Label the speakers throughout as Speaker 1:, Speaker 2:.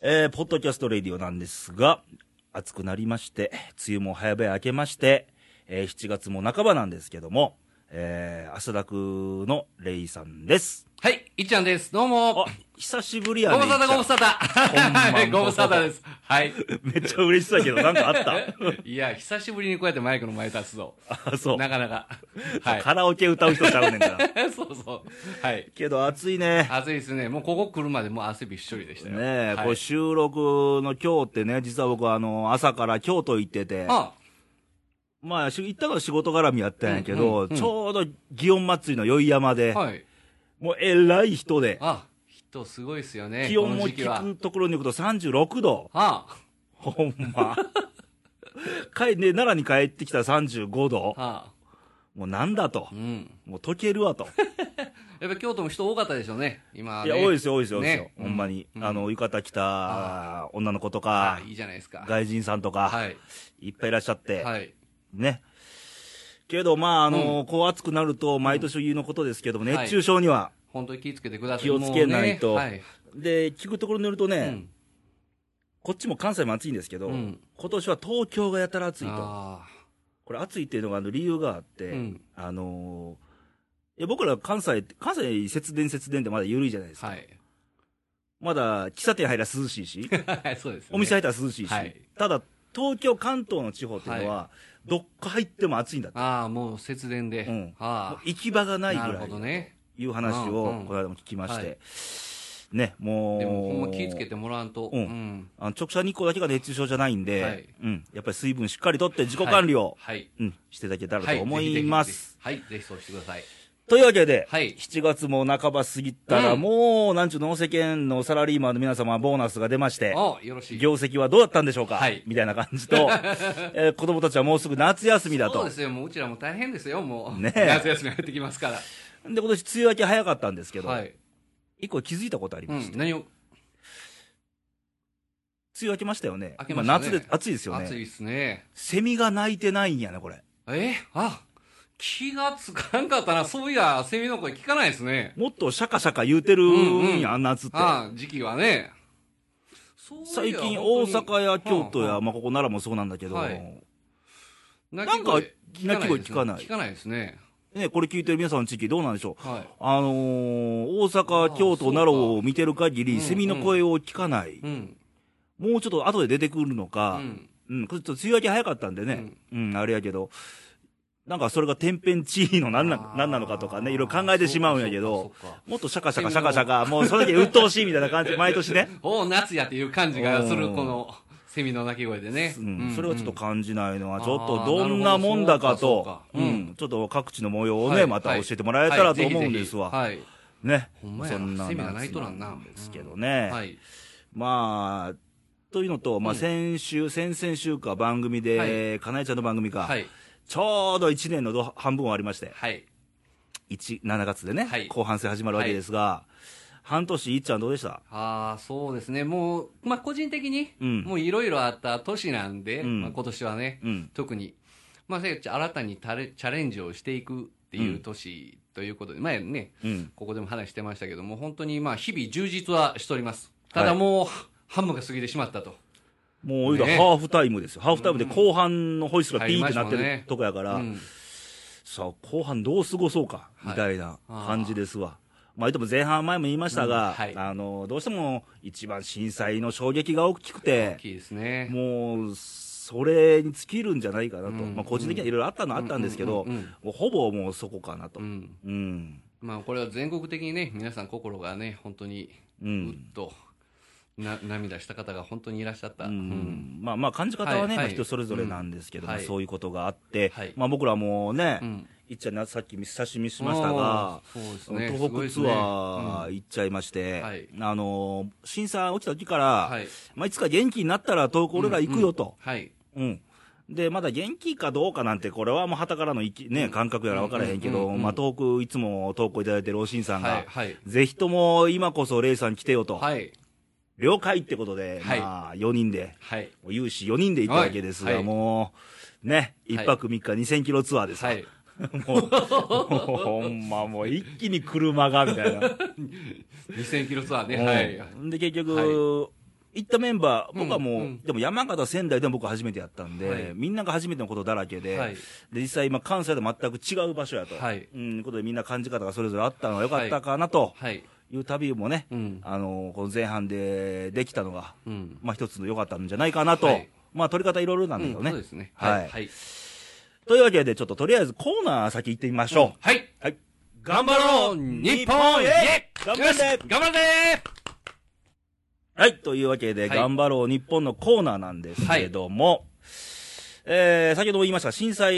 Speaker 1: えー、ポッドキャストレディオなんですが、暑くなりまして、梅雨も早々明けまして、えー7月も半ばなんですけども、えー、汗だくのレイさんです。
Speaker 2: はい、いっちゃんです。どうも
Speaker 1: あ。、久しぶりや
Speaker 2: ご
Speaker 1: ね。
Speaker 2: 無沙汰、ご無沙
Speaker 1: ほんま
Speaker 2: 汰。
Speaker 1: ん
Speaker 2: ご無沙汰です。はい。
Speaker 1: めっちゃ嬉しそうやけど、なんかあった。
Speaker 2: いや、久しぶりにこうやってマイクの前に立つぞ。
Speaker 1: あ、そう。
Speaker 2: なかなか。はい。
Speaker 1: カラオケ歌う人ちゃうねんから。
Speaker 2: そうそう。はい。
Speaker 1: けど暑いね。
Speaker 2: 暑いですね。もうここ来るまでもう汗びっしょりでしたよ。
Speaker 1: ねえ、
Speaker 2: はい
Speaker 1: これ収録の今日ってね、実は僕あの、朝から京都行ってて、
Speaker 2: あ、
Speaker 1: まあ、し行ったのは仕事絡みやったんやけ
Speaker 2: うん
Speaker 1: ど、
Speaker 2: うんうん
Speaker 1: ちょうど祇園祭りの宵山で、
Speaker 2: はい。
Speaker 1: もうえらい人で、
Speaker 2: あ、人すごいですよね。
Speaker 1: 気温
Speaker 2: この
Speaker 1: も
Speaker 2: 時期は。
Speaker 1: 聞くところに行くと36度。
Speaker 2: あ
Speaker 1: ほん ま。帰ね、奈良に帰ってきたら35度。
Speaker 2: あ、あ
Speaker 1: もうなんだと
Speaker 2: う。ん。
Speaker 1: もう溶けるわと。
Speaker 2: やっぱ京都も人多かったでしょうね。今、
Speaker 1: い
Speaker 2: ね。
Speaker 1: や、多いですよ、多いですよ、多いですよ
Speaker 2: ね
Speaker 1: ほんまに。あの、浴衣着た女の子とか、
Speaker 2: あいいじゃないですか。
Speaker 1: 外人さんとか、
Speaker 2: はい。
Speaker 1: いっぱいいらっしゃって、
Speaker 2: はい。
Speaker 1: ね。けど、まあ、あの、こう暑くなると、毎年言うのことですけども、熱中症には、
Speaker 2: 本当に気をつけてください。
Speaker 1: 気をつけないと
Speaker 2: もうねはい。
Speaker 1: で、聞くところによるとね、
Speaker 2: うん。
Speaker 1: こっちも関西も暑いんですけど、
Speaker 2: うん
Speaker 1: 今年は東京がやたら暑いと。
Speaker 2: ああ。
Speaker 1: これ暑いっていうのがあの理由があって、
Speaker 2: うん
Speaker 1: あのーいや僕ら関西って、関西節電節電ってまだ緩いじゃないですか。
Speaker 2: はい。
Speaker 1: まだ喫茶店入ら涼しいし、
Speaker 2: そうです、ね。
Speaker 1: お店入ったら涼しいし、
Speaker 2: はい
Speaker 1: ただ東京、関東の地方っていうのは、どっか入っても暑いんだって。
Speaker 2: ああ、もう節電で。
Speaker 1: うんもう
Speaker 2: あ
Speaker 1: 行き場が
Speaker 2: あ。
Speaker 1: ないぐ
Speaker 2: なる
Speaker 1: ら
Speaker 2: ほ
Speaker 1: い
Speaker 2: どね。
Speaker 1: いう話
Speaker 2: う
Speaker 1: を
Speaker 2: んうん
Speaker 1: この間も聞きまして、
Speaker 2: は
Speaker 1: ね、もう、
Speaker 2: でも、ほんま気をつけてもらわんと。
Speaker 1: うんあの直射日光だけが熱中症じゃないんで、
Speaker 2: はい
Speaker 1: うん、やっぱり水分しっかりとって自己管理を、
Speaker 2: はい。
Speaker 1: うん、していただけたら
Speaker 2: は
Speaker 1: と思います。。
Speaker 2: はい。ぜひぜひぜひはい。ぜひそうしてください。
Speaker 1: というわけで、
Speaker 2: はい
Speaker 1: 7月も半ば過ぎたら、
Speaker 2: うん
Speaker 1: もう、なんちゅうの、世間のサラリーマンの皆様、ボーナスが出まして、
Speaker 2: あよろしい。
Speaker 1: 業績はどうだったんでしょうか、
Speaker 2: はい
Speaker 1: みたいな感じ と、えー子供たちはもうすぐ夏休みだ
Speaker 2: そう
Speaker 1: と
Speaker 2: で。すよ。もううちらも大変ですよ。もう。
Speaker 1: ねえ
Speaker 2: 夏休み入ってきますから。
Speaker 1: で今年、梅雨明け早かったんですけど、
Speaker 2: はい。
Speaker 1: 一個気づいたことあり
Speaker 2: う
Speaker 1: まし
Speaker 2: ん
Speaker 1: て、。梅
Speaker 2: 何を、
Speaker 1: 雨明けましたよね。
Speaker 2: 明け
Speaker 1: 今、
Speaker 2: ましたね
Speaker 1: 夏で、暑いですよ
Speaker 2: 暑
Speaker 1: ね。
Speaker 2: いっすね。
Speaker 1: セミが鳴いてないんやね、これ。
Speaker 2: えあ気がつかんかったな。そういや、セミの声聞かないですね。
Speaker 1: もっとシャカシャカ言うてるんや、
Speaker 2: うんうん
Speaker 1: 夏って。
Speaker 2: ああ、時期はね。そういや
Speaker 1: 最近、大
Speaker 2: 本当に
Speaker 1: 阪や京都
Speaker 2: はあ
Speaker 1: や、
Speaker 2: は
Speaker 1: まあ、ここ奈良もそうなんだけど、
Speaker 2: はいあ
Speaker 1: なんか
Speaker 2: 鳴き声
Speaker 1: 鳴き声聞かない
Speaker 2: 聞かないですね。
Speaker 1: ね、これ聞いてる皆さんの地域どうなんでしょう、
Speaker 2: はい
Speaker 1: あのー大
Speaker 2: あ
Speaker 1: 阪、
Speaker 2: あ
Speaker 1: 京
Speaker 2: そ
Speaker 1: 都、
Speaker 2: うか
Speaker 1: 奈良を見てる限り、
Speaker 2: うん
Speaker 1: セミの声を聞かない、
Speaker 2: うん。
Speaker 1: もうちょっと後で出てくるの
Speaker 2: う
Speaker 1: か、
Speaker 2: ん。
Speaker 1: うん、これちょっと梅雨明け早かったんでね、うん、あれやけど、なんかそれが天変地異のなんな
Speaker 2: あー
Speaker 1: なんなのかとかね、いろいろ考えてしまうんやけど、、
Speaker 2: そうかそうか
Speaker 1: もっとシャカシャカシャカシャカ、もうそれだけ鬱陶しいみたいな感じ、毎年ね、
Speaker 2: そうかおお、夏やっていう感じがす
Speaker 1: う
Speaker 2: る、
Speaker 1: ん
Speaker 2: この、セミの鳴き声でね。
Speaker 1: うんそれはちょっと感じないのは、
Speaker 2: うん
Speaker 1: ちょっとどんなもんだかと、
Speaker 2: あーなるほどそうかそうかうん
Speaker 1: うんちょっと各地の模様
Speaker 2: うん
Speaker 1: をね、また教えてもらえたらと思うんですわ。
Speaker 2: はい。はいぜひぜ
Speaker 1: ね。
Speaker 2: ほんまや
Speaker 1: そんな
Speaker 2: セミがないと
Speaker 1: な
Speaker 2: なんんな
Speaker 1: ですけどね。
Speaker 2: ひはい。
Speaker 1: まあ、というのと、まあ、
Speaker 2: うん
Speaker 1: 先週、先々週か番組で、
Speaker 2: は
Speaker 1: かなえちゃんの番組か、
Speaker 2: はい。
Speaker 1: ちょうど1年のど半分終わりまして、
Speaker 2: はい。
Speaker 1: 1、7月でね、
Speaker 2: はい
Speaker 1: 後半戦始まるわけですが、半年、いっちゃんどうでした
Speaker 2: ああ、そうですね。もう、まあ、個人的に、
Speaker 1: うん
Speaker 2: もういろいろあった年なんで、
Speaker 1: うん
Speaker 2: まあ、今年はね、
Speaker 1: うん
Speaker 2: 特に、まあ、せやっちゃ新たにタレチャレンジをしていくっていう年ということで、前ね、
Speaker 1: うん。
Speaker 2: ここでも話してましたけども、本当にまあ日々充実はしております。ただもう、半分が過ぎてしまったと。
Speaker 1: もう、言うたら
Speaker 2: ね
Speaker 1: ハーフタイムですよ。ハーフタイムで後半のホイッスルがピーンってなって
Speaker 2: 入
Speaker 1: る
Speaker 2: りましたもんね
Speaker 1: とこやから、
Speaker 2: うん
Speaker 1: さあ、後半どう過ごそうか、
Speaker 2: はい
Speaker 1: みたいな感じですわ。まあ、でも前半前も言いましたが、
Speaker 2: うんはい
Speaker 1: あの、どうしても一番震災の衝撃が大きくて
Speaker 2: 大、きいですね。
Speaker 1: もう、それに尽きるんじゃないかなと。
Speaker 2: うん
Speaker 1: まあ、個人的にはいろいろあったのはあったんですけど、
Speaker 2: うんうんうん
Speaker 1: もうほぼもうそこかなと。
Speaker 2: う
Speaker 1: うん。
Speaker 2: ん。
Speaker 1: うん。
Speaker 2: まあこれは全国的にね、皆さん心がね、本当に、
Speaker 1: う
Speaker 2: うっ
Speaker 1: ん。
Speaker 2: と、な涙した方が本当にいらっしゃった。
Speaker 1: まあまあ感じ方は
Speaker 2: は
Speaker 1: ね、
Speaker 2: い
Speaker 1: まあ
Speaker 2: はい
Speaker 1: 人それぞれなんですけど、
Speaker 2: うんはい
Speaker 1: まあそういうことがあって、
Speaker 2: はい
Speaker 1: まあ僕らもね、
Speaker 2: うん
Speaker 1: いっちゃんなさっき見差し見しましたが、
Speaker 2: おーそうですね
Speaker 1: 東北
Speaker 2: す
Speaker 1: ツ
Speaker 2: ごいですね
Speaker 1: アー行っちゃいまして、
Speaker 2: はい
Speaker 1: あのー震災起きた時から、
Speaker 2: はいい
Speaker 1: まあ、いつか元気になったら東北俺ら行くよと、
Speaker 2: はい。
Speaker 1: うん。で、まだ元気かどうかなんて、これはもう旗からのいき、ね、感覚やら分からへんけど、
Speaker 2: うんうんうん
Speaker 1: まあ、遠く、いつも投稿いただいてるおしんさんが、
Speaker 2: はい。はい。
Speaker 1: ぜひとも今こそレイさん来てよと、
Speaker 2: はい。
Speaker 1: 了解ってことで、
Speaker 2: はい
Speaker 1: まあ、4人で、
Speaker 2: はい。
Speaker 1: もう有志4人で行ったわけですが、
Speaker 2: はいはい
Speaker 1: もう、ね、
Speaker 2: はい
Speaker 1: 1泊3日2000キロツアーですか、
Speaker 2: はい。
Speaker 1: もう、もうほんまもう一気に車が、みたいな。
Speaker 2: 2000キロツアーね。
Speaker 1: うん
Speaker 2: はい。
Speaker 1: で、結局、い、行ったメンバー、
Speaker 2: うん
Speaker 1: 僕はもう、
Speaker 2: うん
Speaker 1: でも山形、仙台でも僕初めてやったんで、
Speaker 2: はい
Speaker 1: みんなが初めてのことだらけで、
Speaker 2: はい
Speaker 1: で実際今関西と全く違う場所やと、
Speaker 2: はい
Speaker 1: うん、ことでみんな感じ方がそれぞれあったのが良かったかなと
Speaker 2: はい。
Speaker 1: いう旅もね、
Speaker 2: うん。
Speaker 1: あのこの前半でできたのが、
Speaker 2: うん。
Speaker 1: まあ一つの良かったんじゃないかなと、
Speaker 2: はい
Speaker 1: まあ取り方いろいろなんだけ
Speaker 2: う
Speaker 1: ど
Speaker 2: ん
Speaker 1: ね。
Speaker 2: そうですね。
Speaker 1: はい
Speaker 2: はい。
Speaker 1: というわけで、ちょっととりあえずコーナー先行ってみましょう。
Speaker 2: はい。
Speaker 1: はい。
Speaker 2: 頑張ろう日本へ
Speaker 1: 頑張れ
Speaker 2: 頑張れ
Speaker 1: はい、というわけで、
Speaker 2: はい
Speaker 1: 頑張ろう日本のコーナーなんですけれども、えー、先ほども言いましたが、震災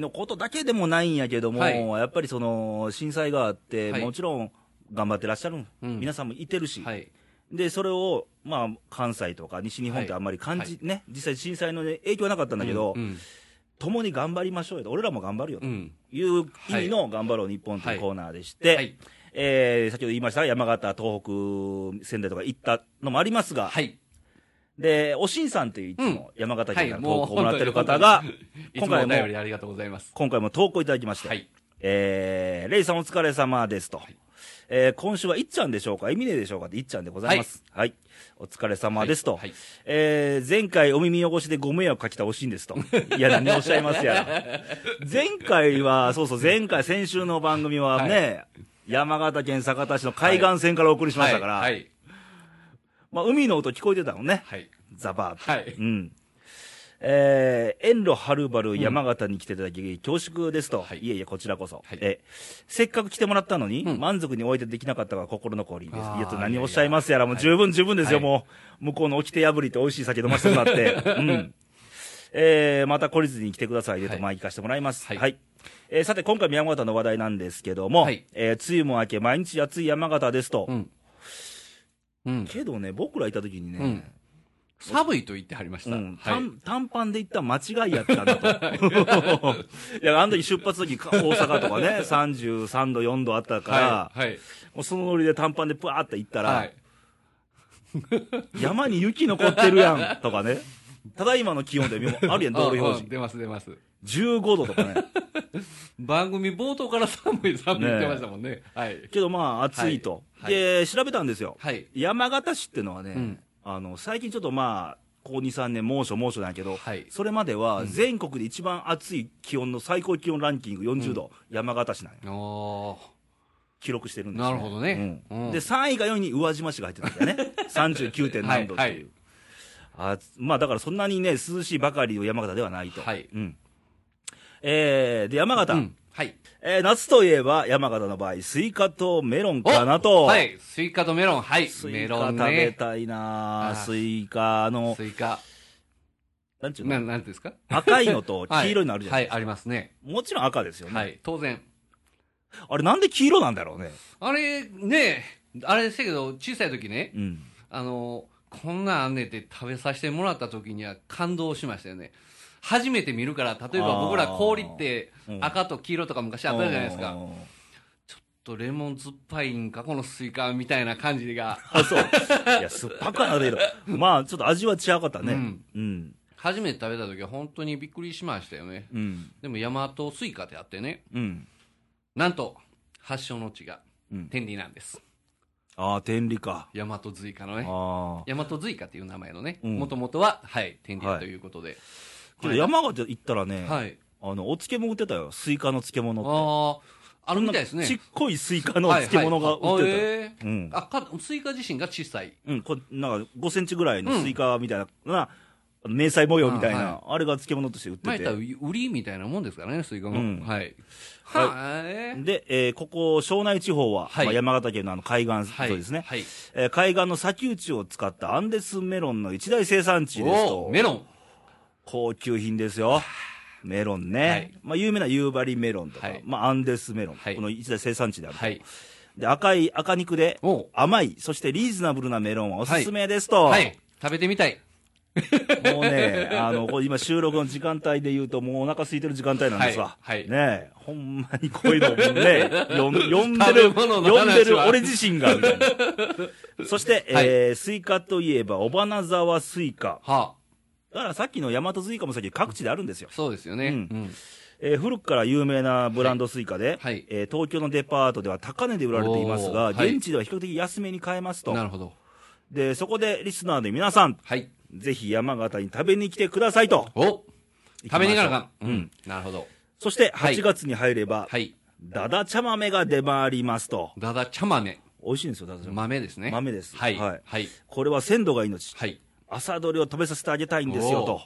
Speaker 1: のことだけでもないんやけども、
Speaker 2: はい
Speaker 1: やっぱりその、震災があって、
Speaker 2: はい
Speaker 1: もちろん頑張ってらっしゃる、
Speaker 2: うん
Speaker 1: 皆さんもいてるし、
Speaker 2: はい。
Speaker 1: で、それを、まあ、関西とか西日本ってあんまり感じ、ね、実際震災のね、影響はなかったんだけど、
Speaker 2: うん。
Speaker 1: 共に頑張りましょうよと、俺らも頑張るよ
Speaker 2: う
Speaker 1: と
Speaker 2: ん。
Speaker 1: いう意味の頑張ろう日本というコーナーでして、
Speaker 2: はい。
Speaker 1: えー先ほど言いましたが、山形、東北、仙台とか行ったのもありますが、
Speaker 2: はい。
Speaker 1: で、おしんさんといういつも山形
Speaker 2: は
Speaker 1: 県から
Speaker 2: い。も
Speaker 1: 投稿
Speaker 2: う
Speaker 1: をもらってる
Speaker 2: 本当
Speaker 1: 方
Speaker 2: に
Speaker 1: が、
Speaker 2: 本 当にいつもお便りありがとうございます。
Speaker 1: 今回も投稿いただきまして、
Speaker 2: はい。
Speaker 1: えーレイさんお疲れ様ですと。えー今週はいっちゃんでしょうかエミネでしょうかっていっちゃんでございます。はい。お疲れ様ですと。
Speaker 2: はいはい
Speaker 1: えー前回お耳汚しでご迷惑かけたおしんです と。いや、何をおっしゃいますやら。前回は、そうそう、前回、先週の番組はね、山形県酒田市の海岸線からお送りしましたから、
Speaker 2: はい。
Speaker 1: まあ、海の音聞こえてたのね。
Speaker 2: はい。
Speaker 1: ザバーって。
Speaker 2: はい。
Speaker 1: うん。えー、遠路はるばる山形に来ていただき、恐縮ですと、
Speaker 2: はい
Speaker 1: い、えいえ、こちらこそ、
Speaker 2: はい
Speaker 1: えせっかく来てもらったのに、
Speaker 2: うん
Speaker 1: 満足にお相手できなかったが心残りです、
Speaker 2: あー
Speaker 1: いやと何をおっしゃいますやら、もう十分、十分ですよ、
Speaker 2: はい
Speaker 1: もう、向こうの掟破りと美味しい酒飲ませてもら って、うんえーまた懲りずに来てくださいねと、
Speaker 2: はい
Speaker 1: まあ、行かせてもらいます。
Speaker 2: はい
Speaker 1: えーさて、今回、山形の話題なんですけども、
Speaker 2: はい
Speaker 1: えー梅雨も明け、毎日暑い山形ですと、
Speaker 2: うん。うん。
Speaker 1: けどね、僕らいた時にね、
Speaker 2: うん寒いと言ってはりました。
Speaker 1: うん、
Speaker 2: はい。
Speaker 1: 短短パンで行ったら間違いやったんだ と。いや、あの時出発の時、か大阪とかね、33度、4度あったから、
Speaker 2: はい。はい。
Speaker 1: もうそのノリで短パンでぷわーって行ったら、
Speaker 2: はい。
Speaker 1: 山に雪残ってるやん、とか ね。ただいまの気温で、もうあるやん、道路表
Speaker 2: ああ
Speaker 1: 示。
Speaker 2: 出ます出ます。
Speaker 1: 15度とかね。
Speaker 2: 番組冒頭から寒い寒い言ってましたもんね。はい。
Speaker 1: けどまあ、暑いと、
Speaker 2: はい
Speaker 1: で、調べたんですよ。
Speaker 2: はい。
Speaker 1: 山形市ってのはね、
Speaker 2: うん
Speaker 1: あの、最近ちょっとまあ、ここ2、3年猛暑猛暑なんやけど、
Speaker 2: はい
Speaker 1: それまでは全国で一番暑い気温の最高気温ランキング40度、山形市なんや。
Speaker 2: お
Speaker 1: 記録してるんです、
Speaker 2: なるほどね
Speaker 1: うん
Speaker 2: うん
Speaker 1: で3位か4位に宇和島市が入ってたんだよね 39. 点何度っていう、
Speaker 2: はいはい
Speaker 1: あまあだからそんなにね涼しいばかりの山形ではないと、
Speaker 2: はい
Speaker 1: うんえー、で山
Speaker 2: ー。
Speaker 1: 形、
Speaker 2: うん。はい。
Speaker 1: えー夏といえば山形の場合スイカとメロンかなと、
Speaker 2: はい。スイカとメロン。はい。
Speaker 1: スイ
Speaker 2: メ
Speaker 1: カ
Speaker 2: ロ
Speaker 1: 食
Speaker 2: ン
Speaker 1: べ
Speaker 2: ね。
Speaker 1: たいなあ、
Speaker 2: あー
Speaker 1: スイカあの
Speaker 2: スイカ。
Speaker 1: なんちゅうの
Speaker 2: ななんていうんですか
Speaker 1: 赤いのと黄色いのあるじゃな、
Speaker 2: はいい。はい、ありますね。
Speaker 1: もちろん赤ですよね、
Speaker 2: はい。当然。
Speaker 1: あれなんで黄色なんだろうね
Speaker 2: あれ、ねえ、あれですけど、小さい時ね、
Speaker 1: うん
Speaker 2: あの、こんなんあんねんって食べさせてもらった時には感動しましたよね。初めて見るから、例えば僕ら氷って
Speaker 1: うん
Speaker 2: 赤と黄色とか昔あったじゃないです
Speaker 1: う
Speaker 2: か。
Speaker 1: ん
Speaker 2: ちょっとレモン酸っぱいんか、このスイカみたいな感じが。
Speaker 1: あ、そう。いや、酸っぱくはなるけど、まあ、ちょっと味は違かったね。う
Speaker 2: うんん。
Speaker 1: うん。
Speaker 2: 初めて食べた時は本当にびっくりしましたよね。
Speaker 1: うん。
Speaker 2: でもヤマトスイカってあってね、
Speaker 1: うん。
Speaker 2: なんと、発祥の地が
Speaker 1: うん、
Speaker 2: 天理なんです。
Speaker 1: ああ、天理か。
Speaker 2: ヤマトズイカのね。
Speaker 1: ああ。
Speaker 2: ヤマトズイカっていう名前のね、
Speaker 1: うん
Speaker 2: もともとは、はい、天理
Speaker 1: はい
Speaker 2: ということで。
Speaker 1: けど山形行ったらね、
Speaker 2: はい。
Speaker 1: あの、お漬物売ってたよ。スイカの漬物って。
Speaker 2: ああ、あるみたいですね。
Speaker 1: ちっこいスイカの漬物が売ってたよ。
Speaker 2: た
Speaker 1: うん。
Speaker 2: あ、か、スイカ自身が小さい。
Speaker 1: うん、こなんか5センチぐらいのスイカみたいな、な迷彩模様みたいな、あ,、
Speaker 2: あ
Speaker 1: れが漬物として売っ
Speaker 2: まあ、
Speaker 1: て
Speaker 2: 言った
Speaker 1: て。
Speaker 2: ら売りみたいなもんですからね、スイカも。
Speaker 1: うん
Speaker 2: はい。
Speaker 1: はい
Speaker 2: はえ
Speaker 1: で、えーここ、庄内地方は、
Speaker 2: はい
Speaker 1: まあ、山形県のあの海岸
Speaker 2: はい。
Speaker 1: 沿いですね、
Speaker 2: はい。
Speaker 1: えー海岸の砂丘地を使ったアンデスメロンの一大生産地です
Speaker 2: お
Speaker 1: と
Speaker 2: お、。メロン。
Speaker 1: 高級品ですよ。メロンね。
Speaker 2: はい
Speaker 1: まあ、有名な夕張メロンとか、
Speaker 2: はい
Speaker 1: まあ、アンデスメロン、
Speaker 2: はい
Speaker 1: この一大生産地であると、
Speaker 2: はい。
Speaker 1: で、赤い、赤肉で、
Speaker 2: おう
Speaker 1: 甘い、そしてリーズナブルなメロンはおすすめですと。
Speaker 2: はい。食べてみたい。
Speaker 1: もうね、あの、これ今収録の時間帯で言うと、もうお腹空いてる時間帯なんですわ。
Speaker 2: はいはい
Speaker 1: ねえ、ほんまにこういうのもね、よん呼んでる、
Speaker 2: 食べ物の話
Speaker 1: 呼
Speaker 2: は
Speaker 1: んでる俺自身が、みたいな。そして、えースイカといえば、尾花沢スイカ。
Speaker 2: はあ。
Speaker 1: だからさっきの大和スイカもさっき各地であるんですよ。
Speaker 2: そうですよね。
Speaker 1: う
Speaker 2: うんん。
Speaker 1: えー古くから有名なブランドスイカで、
Speaker 2: はい
Speaker 1: えー東京のデパートでは高値で売られていますが、
Speaker 2: おーはい
Speaker 1: 現地では比較的安めに買えますと、
Speaker 2: なるほど。
Speaker 1: で、そこでリスナーで皆さん、
Speaker 2: はい。
Speaker 1: ぜひ山形に食べに来てくださいと。
Speaker 2: お
Speaker 1: 行きま
Speaker 2: 食
Speaker 1: しょう
Speaker 2: べに行かなあかん。
Speaker 1: う
Speaker 2: うんん。なるほど。
Speaker 1: そして
Speaker 2: はい
Speaker 1: 8月に入れば、
Speaker 2: はい。
Speaker 1: ダダ茶豆が出回りますと。
Speaker 2: だだ茶豆。
Speaker 1: 美味しいんですよ、ダダ茶豆。
Speaker 2: 豆ですね。
Speaker 1: 豆です
Speaker 2: はい。
Speaker 1: は
Speaker 2: はいい。はい。
Speaker 1: これは鮮度が命。
Speaker 2: はい。
Speaker 1: 朝どれを食べさせてあげたいんですよ
Speaker 2: お
Speaker 1: と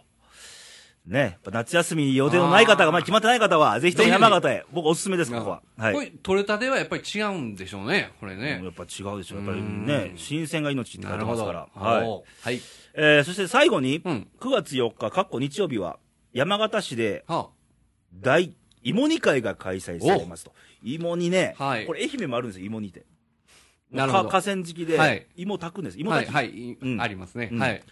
Speaker 2: ー。
Speaker 1: ね、やっぱ夏休みに予定のない方が、
Speaker 2: あー
Speaker 1: まあ決まってない方は、ぜひとも山形へ。僕おすすめです、ここは。はい。
Speaker 2: これ、取れたてはやっぱり違うんでしょうね。これ
Speaker 1: うん
Speaker 2: ね
Speaker 1: や。っぱ違うでしょ。やっぱり
Speaker 2: う
Speaker 1: ね、
Speaker 2: ん
Speaker 1: 新鮮が命って書い
Speaker 2: な
Speaker 1: て
Speaker 2: る
Speaker 1: ま
Speaker 2: ほ
Speaker 1: す
Speaker 2: ど。
Speaker 1: から。はい。
Speaker 2: おはい。
Speaker 1: えーそして最後に、
Speaker 2: うん。
Speaker 1: 9月4日、かっこ日曜日は、山形市で
Speaker 2: は
Speaker 1: 大芋煮会が開催されますと。芋煮ね、
Speaker 2: はい
Speaker 1: これ愛媛もあるんですよ、芋煮って。
Speaker 2: なるほど
Speaker 1: か河川敷
Speaker 2: は
Speaker 1: で
Speaker 2: い、
Speaker 1: 芋炊くんです。
Speaker 2: あ
Speaker 1: 芋
Speaker 2: はい。
Speaker 1: 炊き。
Speaker 2: はい。い
Speaker 1: うん
Speaker 2: ありますね。
Speaker 1: うん
Speaker 2: はい。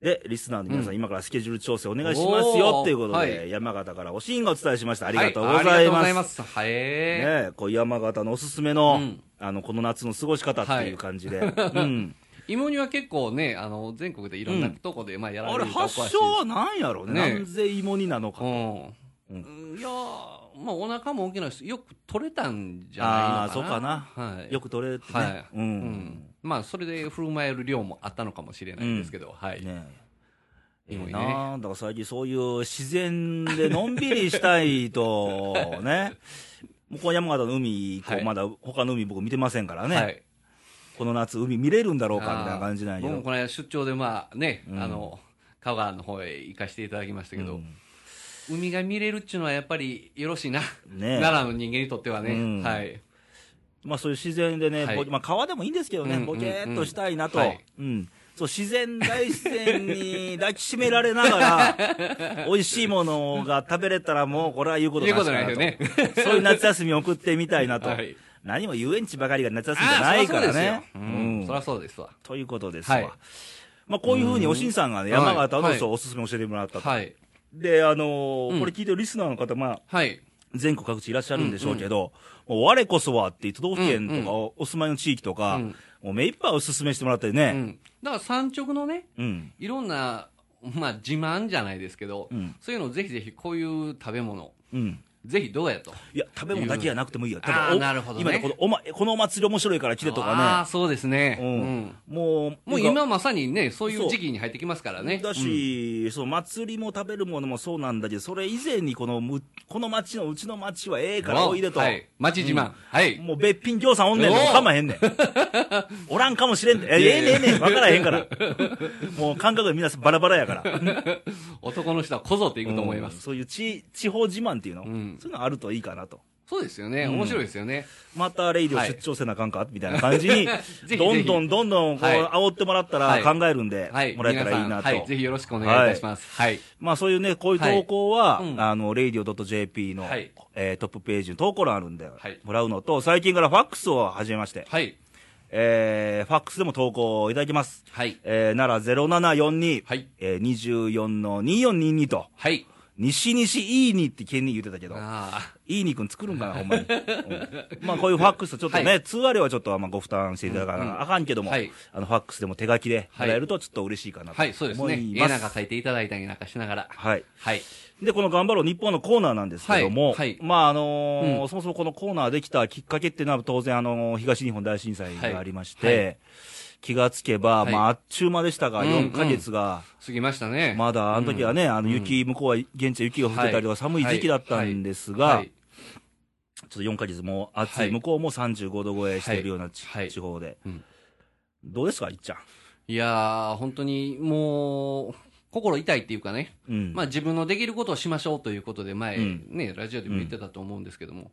Speaker 1: で、リスナーの皆さん、
Speaker 2: う
Speaker 1: 今からスケジュール調整お願いしますよ
Speaker 2: おー
Speaker 1: っていうことで、
Speaker 2: はい
Speaker 1: 山形からおしんがお伝えしました。あ
Speaker 2: あ
Speaker 1: りがとうございます。
Speaker 2: す。はい。え
Speaker 1: ねえ、こう山形のおすすめの、
Speaker 2: うん
Speaker 1: あの、この夏の過ごし方っていう感じで。うん。
Speaker 2: 芋煮は結構ね、あの、全国でいろんなとこで、 まあ、やら
Speaker 1: あ
Speaker 2: れ
Speaker 1: れ、
Speaker 2: るとこらし
Speaker 1: 発
Speaker 2: いです
Speaker 1: 祥は何やろうね。
Speaker 2: ねえ
Speaker 1: なんぜ芋煮なのか。
Speaker 2: う。
Speaker 1: うん
Speaker 2: いやーまあ、お腹も大きなし、よく取れたんじゃないのかな。
Speaker 1: あー
Speaker 2: そうかな。はい。
Speaker 1: よく取れてね。。
Speaker 2: はいううんん。まあ、それで振る舞える量もあったのかもしれないんですけど、はい。
Speaker 1: ねえ。いい
Speaker 2: 芋煮ね
Speaker 1: なあだから最近そういう自然でのんびりしたい と、ね。もうこう山形の海以降、
Speaker 2: はい
Speaker 1: まだ他の海僕見てませんからね。
Speaker 2: はい。
Speaker 1: この夏海見れるんだろうかみたいな感じなんやけ
Speaker 2: 僕
Speaker 1: ど。
Speaker 2: もこの間出張でまあね、
Speaker 1: うん
Speaker 2: あの、香川の方へ行かせていただきましたけど、
Speaker 1: うん
Speaker 2: 海が見れるっていうのはやっぱりよろしいな。
Speaker 1: ねえ
Speaker 2: 奈良の人間にとってはね。
Speaker 1: うん
Speaker 2: はい。
Speaker 1: まあそういう自然でね、
Speaker 2: はい
Speaker 1: ぼまあ川でもいいんですけどね、
Speaker 2: うん
Speaker 1: ボケーっとしたいなと、
Speaker 2: うんうんはい
Speaker 1: うんそう自然大自然に抱きしめられなが ら、美味しいものが食べれたらもうこれは言うことなしかなと
Speaker 2: 言うことないで
Speaker 1: そういう夏休み送ってみたいなと、
Speaker 2: はい
Speaker 1: 何も遊園地ばかりが夏休みじゃ
Speaker 2: あ
Speaker 1: な
Speaker 2: あ
Speaker 1: い
Speaker 2: ー、そ
Speaker 1: か
Speaker 2: りゃそ
Speaker 1: ら
Speaker 2: うですよ
Speaker 1: ね。。
Speaker 2: う
Speaker 1: うん
Speaker 2: ん。そりゃそうですわ。
Speaker 1: ということですわ。
Speaker 2: はい
Speaker 1: まあこういうふうにおしんさんがね、山形の、
Speaker 2: はい
Speaker 1: そうおすすめ教えてもらったと。
Speaker 2: はい。
Speaker 1: で、あのー
Speaker 2: うん
Speaker 1: これ聞いてるリスナーの方、まあ、
Speaker 2: はい。
Speaker 1: 全国各地いらっしゃるんでしょうけど、もう我こそはっていう都道府県とか、お住まいの地域とか、
Speaker 2: うん
Speaker 1: もう目いっぱいおすすめしてもらって
Speaker 2: う
Speaker 1: ね。
Speaker 2: ん。だから産直のね、
Speaker 1: うん。
Speaker 2: いろんな、まあ自慢じゃないですけど、
Speaker 1: うん
Speaker 2: そういうのをぜひぜひこういう食べ物、
Speaker 1: うん。
Speaker 2: ぜひどうやと。
Speaker 1: いや、食べ物だけじゃなくてもいいよ。た
Speaker 2: あ
Speaker 1: だ
Speaker 2: ー
Speaker 1: お
Speaker 2: なるほどね
Speaker 1: 今ね、このおま、このお祭り面白いから来てと
Speaker 2: ああ、
Speaker 1: か
Speaker 2: そうですね。
Speaker 1: ね。
Speaker 2: う。
Speaker 1: うんん。もう、
Speaker 2: も
Speaker 1: な
Speaker 2: う
Speaker 1: んか
Speaker 2: 今まさにね、そういう時期に入ってきますからね。
Speaker 1: だし、その祭りも食べるものもそうなんだけど、それ以前にこのむ、この町の、うちの町はええからおいでと。
Speaker 2: はい。町自慢。はい。
Speaker 1: もう別品行さんおんねんの
Speaker 2: おう
Speaker 1: かまへんねん。おらんかもしれんって。えええねんえねん、わからへんから。もう感覚でみんなバラバラやから。
Speaker 2: 男の人はこぞっていくと思いま
Speaker 1: うん
Speaker 2: す。
Speaker 1: そういう地地方自慢っていうの、
Speaker 2: ん
Speaker 1: そういうのあるといいかなと。
Speaker 2: そうですよね。
Speaker 1: うん
Speaker 2: 面白いですよね。
Speaker 1: またレイディオ出張せなあかんか、みたいな感じに、
Speaker 2: ひ
Speaker 1: どんどんどんどんこう、
Speaker 2: はい
Speaker 1: 煽ってもらったら
Speaker 2: はい
Speaker 1: 考えるんで、
Speaker 2: はい。
Speaker 1: もらえたらいい
Speaker 2: 皆
Speaker 1: な
Speaker 2: さ
Speaker 1: と。
Speaker 2: んはい。ぜひよろしくお願いいたします。はい。
Speaker 1: まあそういうね、こういう投稿は、
Speaker 2: はいうん
Speaker 1: あの、radio.jp の、
Speaker 2: はい
Speaker 1: えートップページに投稿欄あるんで、
Speaker 2: い
Speaker 1: もらうのと、最近からファックスを始めまして、
Speaker 2: はい。
Speaker 1: えー、ファックスでも投稿いただきます。
Speaker 2: はい。
Speaker 1: えー、なら0742、
Speaker 2: はい。
Speaker 1: えー、24の2422と、
Speaker 2: はい。
Speaker 1: 西西いいにって県に言ってたけど、
Speaker 2: あ
Speaker 1: いい肉作るんかな、ほんまに。うんまあ、こういうファックスとちょっとね、
Speaker 2: は
Speaker 1: 通話料はちょっとまあご負担していただかなあかんけども、
Speaker 2: はい
Speaker 1: あの、ファックスでも手書きで
Speaker 2: はい
Speaker 1: 払えるとちょっと嬉しいかな
Speaker 2: あ。
Speaker 1: と
Speaker 2: はい、そうです
Speaker 1: 思
Speaker 2: ね。
Speaker 1: い
Speaker 2: 絵
Speaker 1: ま
Speaker 2: なん
Speaker 1: す。
Speaker 2: か咲いていただいたりなんかしながら。
Speaker 1: はい。
Speaker 2: はい。
Speaker 1: で、この頑張ろう日本のコーナーなんですけども、
Speaker 2: はいはい
Speaker 1: まあ、あのー
Speaker 2: うん
Speaker 1: そもそもこのコーナーできたきっかけっていうのは当然、あのー東日本大震災がありまして、
Speaker 2: はいは
Speaker 1: 気がつけば、
Speaker 2: はい
Speaker 1: まあ、あっちゅう間でしたが、
Speaker 2: うん
Speaker 1: 4ヶ月が、
Speaker 2: 過ぎましたね。
Speaker 1: まだ、あの時はね、あの、雪、向こうは、現地は雪が降ってたりとか、
Speaker 2: はい
Speaker 1: 寒い時期だったんですが、
Speaker 2: はい。
Speaker 1: ちょっと4ヶ月もう暑い、
Speaker 2: はい
Speaker 1: 向こうも35度超えしてるようなち、
Speaker 2: はいはい
Speaker 1: 地方で、
Speaker 2: うん
Speaker 1: どうですか、いっちゃん。
Speaker 2: いやー、本当にもう、心痛いっていうかね。
Speaker 1: うん
Speaker 2: まあ、自分のできることをしましょうということで前、
Speaker 1: うん
Speaker 2: ね、ラジオでも言ってたと思うんですけども、
Speaker 1: うん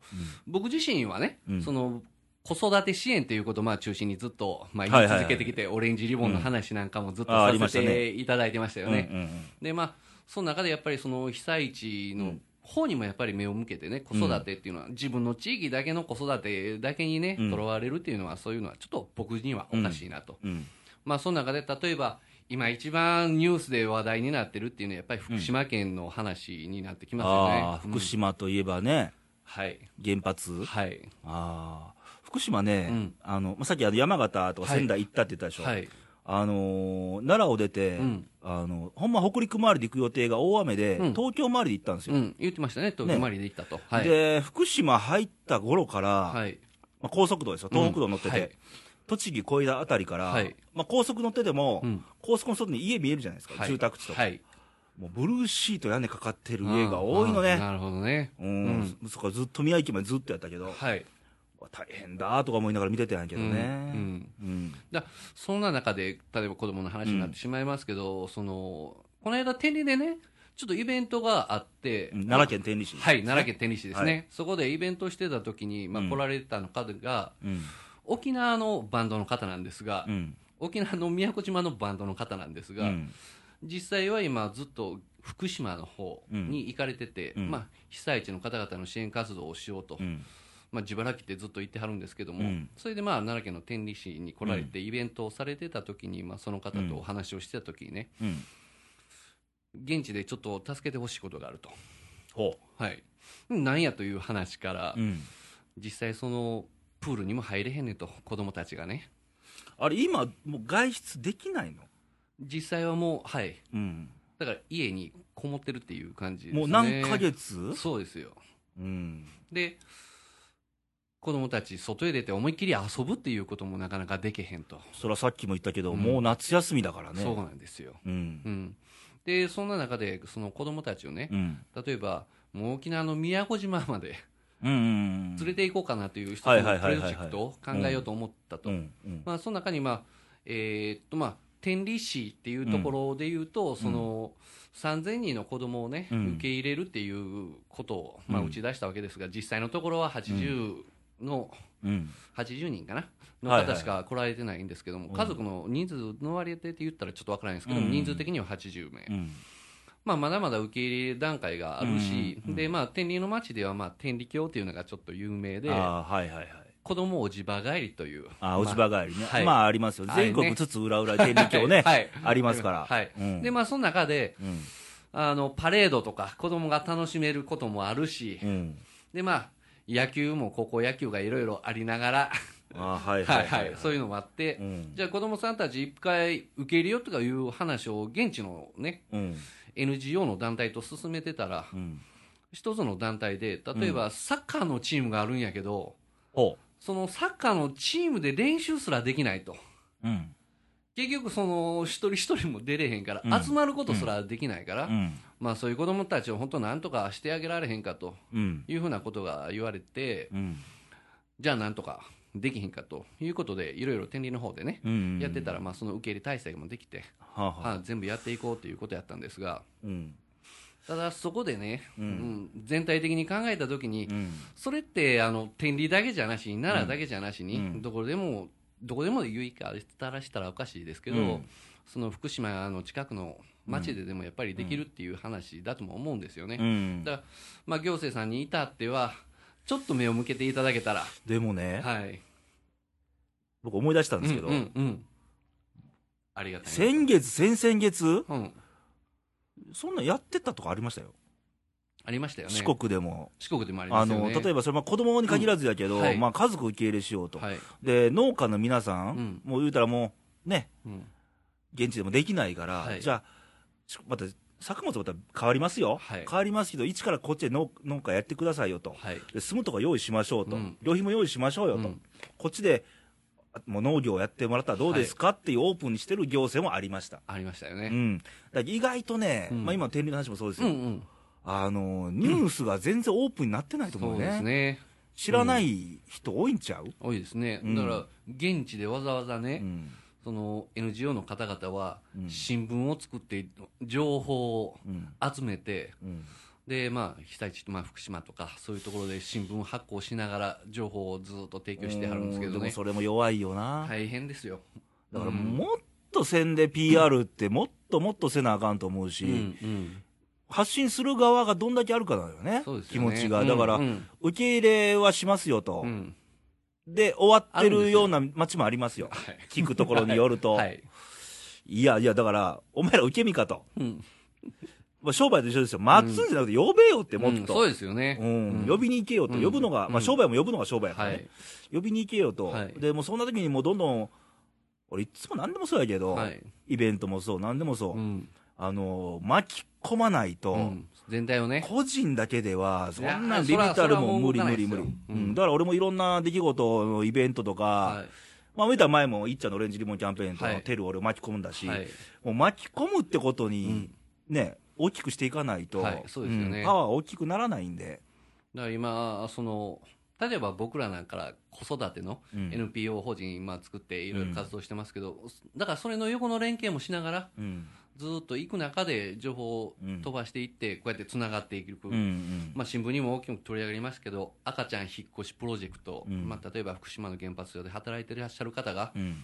Speaker 2: 僕自身はね、
Speaker 1: うん
Speaker 2: その子育て支援ということをまあ中心にずっと、まあ、
Speaker 1: は
Speaker 2: 言
Speaker 1: い
Speaker 2: い
Speaker 1: はいはい
Speaker 2: 続けてきて、オレンジリボンの話なんかもずっと
Speaker 1: うんああ
Speaker 2: さ
Speaker 1: りまし
Speaker 2: せ
Speaker 1: たね
Speaker 2: ていただいてましたよね。
Speaker 1: うんうん
Speaker 2: でまあ、その中でやっぱりその被災地
Speaker 1: う
Speaker 2: の
Speaker 1: ん
Speaker 2: 方にもやっぱり目を向けてね、子育てっていうのは、自分の地域だけの子育てだけにね、
Speaker 1: うん
Speaker 2: とらわれるっていうのは、そういうのはちょっと僕にはおかしいなと。
Speaker 1: うんうん
Speaker 2: まあ、その中で例えば、今一番ニュースで話題になってるっていうのは、やっぱり福島県の話になってきますよね。
Speaker 1: ああ、
Speaker 2: うん
Speaker 1: 福島といえばね、
Speaker 2: はい。
Speaker 1: 原発、
Speaker 2: はい。
Speaker 1: ああ福島ね、
Speaker 2: うん
Speaker 1: あのまあ、さっきあの山形とか
Speaker 2: はい
Speaker 1: 仙台行ったって言ったでしょ、
Speaker 2: はい。
Speaker 1: あのー奈良を出て、
Speaker 2: うん
Speaker 1: あの、ほんま北陸周りで行く予定が大雨で、
Speaker 2: うん
Speaker 1: 東京周りで行ったんですよ、
Speaker 2: うん。言ってましたね。東京まで行ったと。はい。
Speaker 1: で福島入った頃から、
Speaker 2: はい。
Speaker 1: まあ、高速道ですよ、東北道乗ってて、
Speaker 2: はい
Speaker 1: 栃木小枝あたりから、
Speaker 2: はい
Speaker 1: まあ、高速乗ってても、
Speaker 2: うん
Speaker 1: 高速の外に家見えるじゃないですか、
Speaker 2: はい
Speaker 1: 住宅地とか、
Speaker 2: はい。
Speaker 1: もうブルーシート屋根かかってる家が多いの
Speaker 2: うん
Speaker 1: ね、
Speaker 2: なるほどね。
Speaker 1: うん、そっかずっと宮城駅までずっとやったけど、
Speaker 2: はい。
Speaker 1: 大変だとか思いながら見てたんやけどね、
Speaker 2: うんうん
Speaker 1: うん
Speaker 2: だそんな中で、例えば子供の話になってしまいますけど、その、この間、天理でね、ちょっとイベントがあって、
Speaker 1: 奈良県天理市、
Speaker 2: はい、奈良県天理市ですね、
Speaker 1: は
Speaker 2: そこでイベントしてた時に、まあ、
Speaker 1: うん
Speaker 2: 来られたの方が、
Speaker 1: うん
Speaker 2: 沖縄のバンドの方なんですが、
Speaker 1: うん
Speaker 2: 沖縄の宮古島のバンドの方なんです
Speaker 1: う
Speaker 2: が、
Speaker 1: ん
Speaker 2: 実際は今、ずっと福島の方に行かれてて、
Speaker 1: うん
Speaker 2: まあ、被災地の方々の支援活動をしようと、
Speaker 1: うん
Speaker 2: まあ、自腹切ってずっと行ってはるんですけども、
Speaker 1: うん
Speaker 2: それでまあ奈良県の天理市に来られて、イベントをされてた時に、まあ、その方とお話をしてた時にね、
Speaker 1: うん
Speaker 2: 現地でちょっと助けてほしいことがあると、
Speaker 1: ほ
Speaker 2: はい、なんやという話から、
Speaker 1: う、うん、
Speaker 2: 実際、そのプールにも入れへんねんと、子供たちがね、
Speaker 1: あれ今もう外出できないの、
Speaker 2: 実際はもう、はい、
Speaker 1: うん、
Speaker 2: だから家にこもってるっていう感じですね。
Speaker 1: もう何ヶ月
Speaker 2: そうですよ
Speaker 1: うん
Speaker 2: で子供たち外へ出て思いっきり遊ぶっていうこともなかなかできへんと、
Speaker 1: それはさっきも言ったけど、
Speaker 2: うん
Speaker 1: もう夏休みだからね
Speaker 2: そうなんですよ
Speaker 1: うん
Speaker 2: うん、でそんな中でその子供たちをね、
Speaker 1: うん
Speaker 2: 例えばもう沖縄の宮古島まで
Speaker 1: うんうん
Speaker 2: 連れて行こうかなという一つ
Speaker 1: は
Speaker 2: の
Speaker 1: いはい
Speaker 2: プ
Speaker 1: はいはい
Speaker 2: ロ
Speaker 1: はい
Speaker 2: ジェクトを考えようと思ったと、
Speaker 1: うんうん
Speaker 2: まあ、その中に、まあえーっとまあ、天理市っていうところでいうと、その3000人の子供をね、
Speaker 1: うん
Speaker 2: 受け入れるっていうことを、まあ、
Speaker 1: うん
Speaker 2: 打ち出したわけですが、実際のところは80の、
Speaker 1: うん
Speaker 2: 80人かなの
Speaker 1: はいは
Speaker 2: 方
Speaker 1: い
Speaker 2: しか来られてないんですけども、
Speaker 1: うん
Speaker 2: 家族の人数の割合でって言ったらちょっとわからないんですけども、
Speaker 1: うん
Speaker 2: 人数的には80名、
Speaker 1: うん
Speaker 2: まあ、まだまだ受け入れ段階があるし、
Speaker 1: うん
Speaker 2: でまあ、天理の町では、まあ、天理教というのがちょっと有名で、
Speaker 1: あーはいはいはい
Speaker 2: 子供を地場帰りという、
Speaker 1: あー落ち葉帰りね、
Speaker 2: はい
Speaker 1: まあありますよ
Speaker 2: はい
Speaker 1: 全国
Speaker 2: ね
Speaker 1: つつ裏裏天理教ね、
Speaker 2: はい
Speaker 1: ありますから
Speaker 2: はい
Speaker 1: うん
Speaker 2: でまあ、その中で
Speaker 1: うん
Speaker 2: あの、パレードとか、子供が楽しめることもあるし、
Speaker 1: うん
Speaker 2: でまあ、野球も高校野球がいろいろありながら、
Speaker 1: あーはいは
Speaker 2: はいい
Speaker 1: は
Speaker 2: はいい、そういうのもあって、
Speaker 1: うん
Speaker 2: じゃあ子供さんたち一回受け入れようとかいう話を現地のね、
Speaker 1: うん、
Speaker 2: NGO の団体と進めてたら、
Speaker 1: うん、
Speaker 2: 一つの団体で、例えばサッカーのチームがあるんやけど、
Speaker 1: ほ
Speaker 2: そのサッカーのチームで練習すらできないと。
Speaker 1: ううん
Speaker 2: 結局その一人一人も出れへんから、
Speaker 1: うん
Speaker 2: 集まることすらできないから、
Speaker 1: うん
Speaker 2: まあそういう子供たちを本当なんとかしてあげられへんかと
Speaker 1: うん
Speaker 2: いうふうなことが言われて、
Speaker 1: うん
Speaker 2: じゃあなんとかできへんかということで、いろいろ天理の方でね、
Speaker 1: うん
Speaker 2: やってたら、まあその受け入れ体制もできて、
Speaker 1: はあはあ
Speaker 2: はい、全部やっていこうということやったんですが、
Speaker 1: うん
Speaker 2: ただそこでね、
Speaker 1: うん
Speaker 2: うん全体的に考えたときに、
Speaker 1: うん
Speaker 2: それってあの天理だけじゃなしに、奈良だけじゃなしに、
Speaker 1: うん
Speaker 2: どこでも、どこでも言いたらしたらおかしいですけど、
Speaker 1: うん
Speaker 2: その福島の近くの町ででもやっぱりできるっていう話だとも思うんですよね。
Speaker 1: うん
Speaker 2: だから、まあ、行政さんに至っては、ちょっと目を向けていただけたら、
Speaker 1: でもね、
Speaker 2: はい、
Speaker 1: 僕思い出したんですけど、
Speaker 2: うんうんうんありがたいな
Speaker 1: 先月先々月
Speaker 2: うん、
Speaker 1: そんなんやってたとかありましたよ、
Speaker 2: ありましたよね。
Speaker 1: 四国でも
Speaker 2: 四国でもありま
Speaker 1: あ
Speaker 2: すよ
Speaker 1: の
Speaker 2: ね。
Speaker 1: 例えばそれまあ子供に限らずやけど、
Speaker 2: うんはい
Speaker 1: まあ、家族受け入れしようと、
Speaker 2: はい、
Speaker 1: で農家の皆さん、もう言うたらもうね、
Speaker 2: うん
Speaker 1: 現地でもできないから、
Speaker 2: はい
Speaker 1: じゃあ、また作物また変わりますよ、
Speaker 2: はい
Speaker 1: 変わりますけど、一からこっちで農農家やってくださいよと、
Speaker 2: はい。
Speaker 1: で住むとこ用意しましょうと、
Speaker 2: うん
Speaker 1: 旅費も用意しましょうよと、
Speaker 2: うん
Speaker 1: こっちでもう農業をやってもらったらどうですかっていうオープンにしてる行政もありました。
Speaker 2: ありましたよ
Speaker 1: う
Speaker 2: ね。
Speaker 1: ん、だから意外とね、
Speaker 2: うん
Speaker 1: まあ、今の天理の話もそうです
Speaker 2: うん
Speaker 1: よ、
Speaker 2: うん。
Speaker 1: あのニュースが全然オープンになってないと
Speaker 2: そ
Speaker 1: 思う
Speaker 2: う
Speaker 1: ね,、
Speaker 2: ですね。
Speaker 1: 知らない人多いんちゃう、
Speaker 2: 多いですね。
Speaker 1: うん
Speaker 2: だから、現地でわざわざね、
Speaker 1: うん
Speaker 2: その NGO の方々は
Speaker 1: う、ん
Speaker 2: 新聞を作って、情報を
Speaker 1: うん
Speaker 2: 集めて、
Speaker 1: うん
Speaker 2: で、まあ、被災地、まあ、福島とか、そういうところで新聞を発行しながら、情報をずっと提供してはるんですけ
Speaker 1: う
Speaker 2: ど
Speaker 1: でも
Speaker 2: ね。
Speaker 1: それも弱いよな、
Speaker 2: 大変ですよ。
Speaker 1: だからもっとせんで PR ってもっともっとせなあかんと思うし、
Speaker 2: うんうん。
Speaker 1: 発信する側がどんだけあるかなのよね
Speaker 2: そうです
Speaker 1: 気
Speaker 2: よね。
Speaker 1: 持ちがだから、
Speaker 2: うんうん
Speaker 1: 受け入れはしますよと、
Speaker 2: うん。
Speaker 1: で終わって
Speaker 2: あるんで
Speaker 1: る
Speaker 2: すよ
Speaker 1: ような街もありますよ
Speaker 2: はい
Speaker 1: 聞くところによると、
Speaker 2: はい
Speaker 1: い、
Speaker 2: い。
Speaker 1: やいやだからお前ら受け身かと、
Speaker 2: うん
Speaker 1: まあ、商売と一緒ですよ待つんじゃなくて呼べよってもっと、
Speaker 2: うんそうですよね。
Speaker 1: うん、呼びに行けよと、
Speaker 2: うん
Speaker 1: 呼ぶのが、ま
Speaker 2: う
Speaker 1: あ、
Speaker 2: ん
Speaker 1: 商売も呼ぶのが商売やから
Speaker 2: は
Speaker 1: ね、
Speaker 2: い。
Speaker 1: 呼びに行けよと、
Speaker 2: はい
Speaker 1: でもうそんな時にもうどんどん、俺、いつも何でもそうやけど、
Speaker 2: はい。
Speaker 1: イベントもそう、何でもそう、
Speaker 2: うん。
Speaker 1: あの巻き込まないと、
Speaker 2: うん全体をね。
Speaker 1: 個人だけでは、そんなん
Speaker 2: い
Speaker 1: ビビ
Speaker 2: や
Speaker 1: ったる
Speaker 2: それは
Speaker 1: もん無理
Speaker 2: それ
Speaker 1: 無理無
Speaker 2: はもう動かない
Speaker 1: 理
Speaker 2: ですよ、
Speaker 1: う
Speaker 2: うん
Speaker 1: んだから俺もいろんな出来事のイベントとか、
Speaker 2: は
Speaker 1: まあ、見た前も、いっちゃんのオレンジリボンキャンペーンと
Speaker 2: はい
Speaker 1: テル俺を巻き込んだし、
Speaker 2: はい
Speaker 1: もう巻き込むってことに、ね、大きくしていかないと、
Speaker 2: はいそうですよね
Speaker 1: んパワー大きくならないんで、
Speaker 2: だから今、その、例えば僕らなんか子育ての
Speaker 1: うん
Speaker 2: NPO 法人今作っていろいろ活動してますけど、だからそれの横の連携もしながら、
Speaker 1: うん。
Speaker 2: ずーっと行く中で情報を
Speaker 1: うん
Speaker 2: 飛ばしていって、こうやってつながっていく。
Speaker 1: うんうん
Speaker 2: まあ、新聞にも大きく取り上げますけど、赤ちゃん引っ越しプロジェクト、
Speaker 1: うん
Speaker 2: まあ、例えば福島の原発で働いていらっしゃる方が、
Speaker 1: うん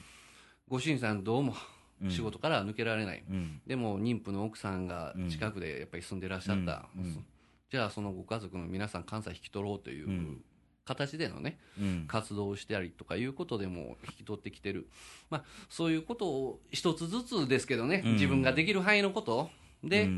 Speaker 2: ご主人さんどうも
Speaker 1: うん
Speaker 2: 仕事から抜けられない、
Speaker 1: うん
Speaker 2: でも妊婦の奥さんが近くでやっぱり住んでらっしゃった、
Speaker 1: うんうん
Speaker 2: じゃあそのご家族の皆さん関西引き取ろうといううん形でのね、
Speaker 1: うん
Speaker 2: 活動をしたりとかいうことでも引き取ってきてる、まあ、そういうことを一つずつですけどね、
Speaker 1: うん
Speaker 2: 自分ができる範囲のことで、
Speaker 1: う
Speaker 2: う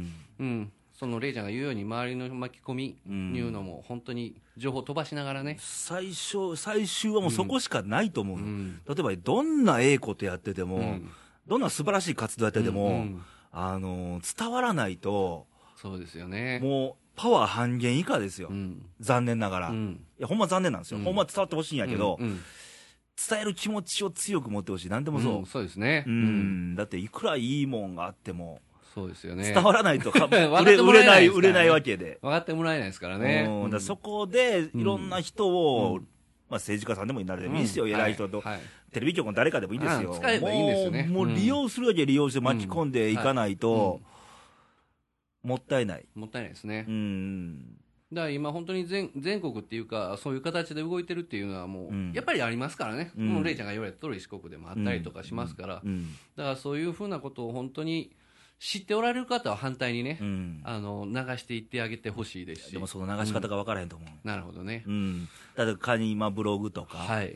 Speaker 2: ん
Speaker 1: ん
Speaker 2: そのレイちゃんが言うように周りの巻き込みいうのも本当に情報飛ばしながらね、
Speaker 1: 最初、最終はもうそこしかないと思う
Speaker 2: う
Speaker 1: の、
Speaker 2: ん
Speaker 1: 例えばどんなええことやってても、
Speaker 2: うん
Speaker 1: どんな素晴らしい活動やってても、
Speaker 2: うんうん
Speaker 1: あのー伝わらないと、
Speaker 2: そうですよね。
Speaker 1: もうパワー半減以下ですよ、
Speaker 2: うん
Speaker 1: 残念ながら、
Speaker 2: う
Speaker 1: い
Speaker 2: ん
Speaker 1: や、ほんま残念なんですよ、
Speaker 2: うん
Speaker 1: ほんま伝わってほしいんやけど、
Speaker 2: うんうん
Speaker 1: 伝える気持ちを強く持ってほしい、なんでもそう、
Speaker 2: んそうですね、
Speaker 1: うんだっていくらいいもんがあっても、
Speaker 2: そうですよね
Speaker 1: 伝わらないと か、
Speaker 2: かっ
Speaker 1: 売れ
Speaker 2: て
Speaker 1: 売
Speaker 2: も
Speaker 1: れ
Speaker 2: らえ
Speaker 1: な、
Speaker 2: ないいですからね
Speaker 1: 売れないわけで。
Speaker 2: 分かってもらえないですからね、
Speaker 1: うん、だからそ
Speaker 2: こ
Speaker 1: こでいろんな人を、
Speaker 2: うん
Speaker 1: まあ、政治家さんでもいなれでもいいですよ、偉い人と、
Speaker 2: はいはい
Speaker 1: テレビ局の誰かでもいいですよ、
Speaker 2: うん使えばいいんですよね
Speaker 1: もう
Speaker 2: うん
Speaker 1: もう利用するだけ利用して巻き込んでいかないと、もったいない、
Speaker 2: もったいないですね
Speaker 1: う、ん、
Speaker 2: だから今、本当に全全国っていうか、そういう形で動いてるっていうのは、もう、
Speaker 1: うん
Speaker 2: やっぱりありますからね、
Speaker 1: うん
Speaker 2: もうレイちゃんが言われた通り、四国でもあったりとかしますから、
Speaker 1: うん、
Speaker 2: だからそういうふうなことを本当に知っておられる方は反対にね、
Speaker 1: うん、
Speaker 2: あの流していってあげてほしいですし
Speaker 1: で、もその流し方が分からへんと思う。
Speaker 2: なるほどね、
Speaker 1: うん、だから仮に今、ブログとか、
Speaker 2: はい、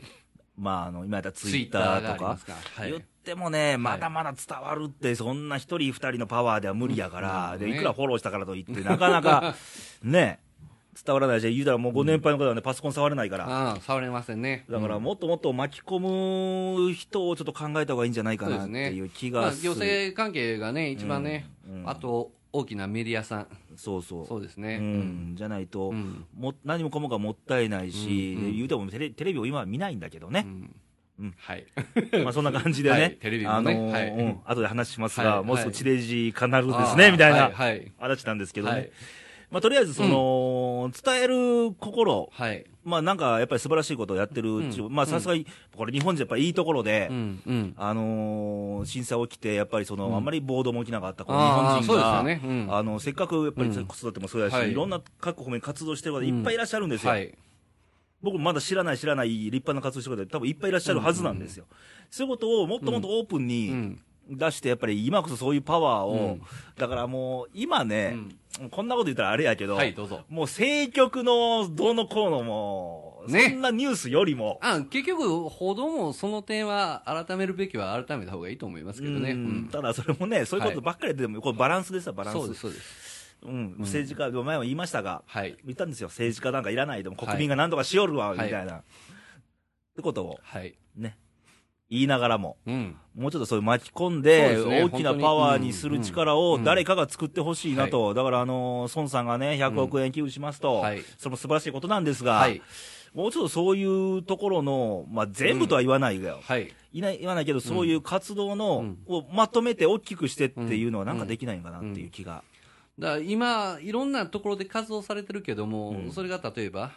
Speaker 1: まあ、あの今やったらツ
Speaker 2: ツイ
Speaker 1: イ
Speaker 2: ッ
Speaker 1: ッ
Speaker 2: タ
Speaker 1: タ
Speaker 2: ーが
Speaker 1: ー
Speaker 2: あ
Speaker 1: と
Speaker 2: りま
Speaker 1: か
Speaker 2: す、から、はい
Speaker 1: 言ってもね、まだまだ伝わるって、そんな一人、二人のパワーでは無理やから、
Speaker 2: うん
Speaker 1: で
Speaker 2: ね
Speaker 1: いくらフォローしたからといって、なかな かね、伝わらないし、言うたらもうご年配の方はね、パソコン触れないから、
Speaker 2: ああ触れませんね。
Speaker 1: だから
Speaker 2: うん
Speaker 1: もっともっと巻き込む人をちょっと考えた方がいいんじゃないかなっていう気
Speaker 2: ま
Speaker 1: が
Speaker 2: あ、
Speaker 1: す
Speaker 2: 行
Speaker 1: る、
Speaker 2: 政関係がね、一番ね、
Speaker 1: うん
Speaker 2: あと大きなメディアさん、
Speaker 1: そうそう
Speaker 2: そうです
Speaker 1: う
Speaker 2: ね、うん
Speaker 1: ん、じゃないと、
Speaker 2: うん
Speaker 1: も何もかもがもったいないし、
Speaker 2: うんうん
Speaker 1: で言うてもテレテレビを今は見ないんだけどね、うん
Speaker 2: はい、
Speaker 1: まあ、そんな感じでね、
Speaker 2: はいテレビもね
Speaker 1: あのー
Speaker 2: はい
Speaker 1: うん後で話しますが、
Speaker 2: はい
Speaker 1: もうすぐ地デジカナルです
Speaker 2: あ
Speaker 1: ね、
Speaker 2: ー
Speaker 1: みたいな、
Speaker 2: はいはい
Speaker 1: 話なんですけどね、
Speaker 2: はい
Speaker 1: まあ、とりあえずその、伝える心、
Speaker 2: はい
Speaker 1: まあ、なんかやっぱり素晴らしいことをやってる地方、
Speaker 2: うん
Speaker 1: まあ、さすがに、これ、日本人やっぱりいいところで、
Speaker 2: うんうん
Speaker 1: あのー震災起きて、やっぱりその、あんまり暴動も起きなかった、この
Speaker 2: あー
Speaker 1: 日本人が、
Speaker 2: そうですよねうん
Speaker 1: あのせっかくやっぱり
Speaker 2: う
Speaker 1: 子
Speaker 2: ん
Speaker 1: 育てもそうだし、、
Speaker 2: はいい
Speaker 1: ろんな各方面活動してる方、いっぱいいらっしゃるんですよ。
Speaker 2: はい
Speaker 1: 僕もまだ知らない知らない立派な活動してる方、多分いっぱいいらっしゃるはずなんですよ。そういうことをもっともっとオープン
Speaker 2: う
Speaker 1: に
Speaker 2: ん
Speaker 1: 出して、やっぱり今こそそういうパワーを、
Speaker 2: うん
Speaker 1: だからもう今ね、こんなこと言ったらあれやけど、
Speaker 2: はいどうぞ
Speaker 1: もう政局のどうのこうのも、
Speaker 2: ね
Speaker 1: そんなニュースよりも、
Speaker 2: あ結局報道もその点は改めるべきは改めた方がいいと思いますけどね
Speaker 1: うん
Speaker 2: うん
Speaker 1: ただそれもね、そういうことばっかりでも、これバランスですよ、バランス。
Speaker 2: そうですそうです
Speaker 1: うん、政治家、前も言いましたが、
Speaker 2: はい
Speaker 1: 言ったんですよ、政治家なんかいらないでも、
Speaker 2: はい
Speaker 1: 国民が何とかしよるわ、
Speaker 2: はい
Speaker 1: みたいな。ってことを
Speaker 2: はい
Speaker 1: ね、言いながらも、
Speaker 2: うん
Speaker 1: もうちょっとそういう巻き込ん
Speaker 2: そう
Speaker 1: で、
Speaker 2: ですね
Speaker 1: 大きなパワーにする力
Speaker 2: 本当にう
Speaker 1: を
Speaker 2: んうん
Speaker 1: 誰かが作ってほしいなと、だから、あのー孫さんがね、100億円寄付しますと、
Speaker 2: はい
Speaker 1: それも素晴らしいことなんですが、
Speaker 2: はい
Speaker 1: もうちょっとそういうところの、まあ、全部とは言わないよ、
Speaker 2: はい
Speaker 1: いない言わないけど、そういう活動
Speaker 2: う
Speaker 1: の
Speaker 2: ん、
Speaker 1: をまとめて大きくしてっていうのは、なんかできないんかなっていう気が。
Speaker 2: だから今いろんなところで活動されてるけども、
Speaker 1: ん
Speaker 2: それが例えば